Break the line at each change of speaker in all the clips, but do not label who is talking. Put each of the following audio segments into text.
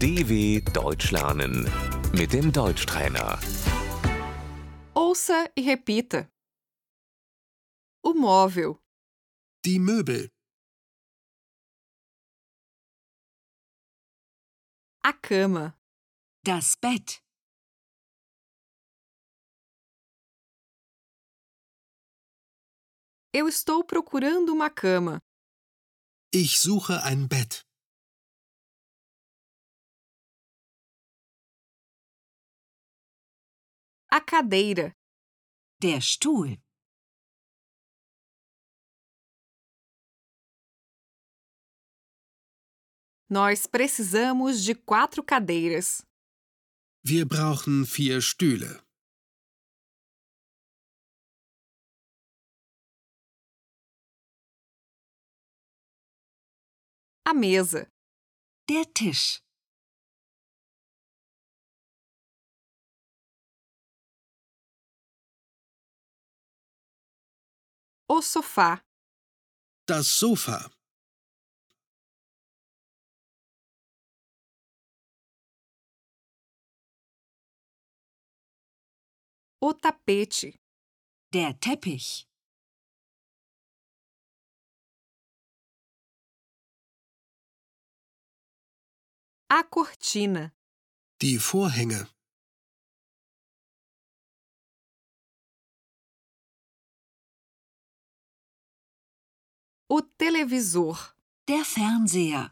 DW Deutsch lernen mit dem Deutschtrainer.
Ouça e repita. O móvel,
Die Möbel,
a cama,
Das Bett,
eu estou procurando uma cama,
ich suche ein Bett,
a cadeira,
der Stuhl,
nós precisamos de quatro cadeiras,
wir brauchen vier Stühle,
a mesa,
der Tisch,
o sofá,
das Sofa,
o tapete,
der Teppich,
a cortina,
die Vorhänge,
o televisor,
der Fernseher,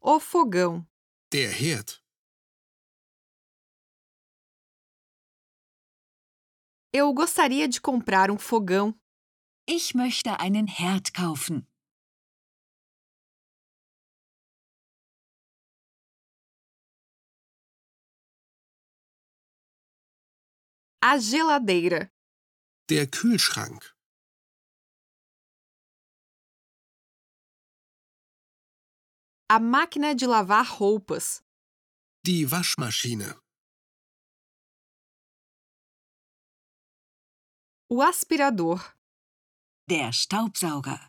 o fogão,
der Herd,
eu gostaria de comprar um fogão,
ich möchte einen Herd kaufen,
a geladeira,
der Kühlschrank,
a máquina de lavar roupas,
die Waschmaschine,
o aspirador,
der Staubsauger.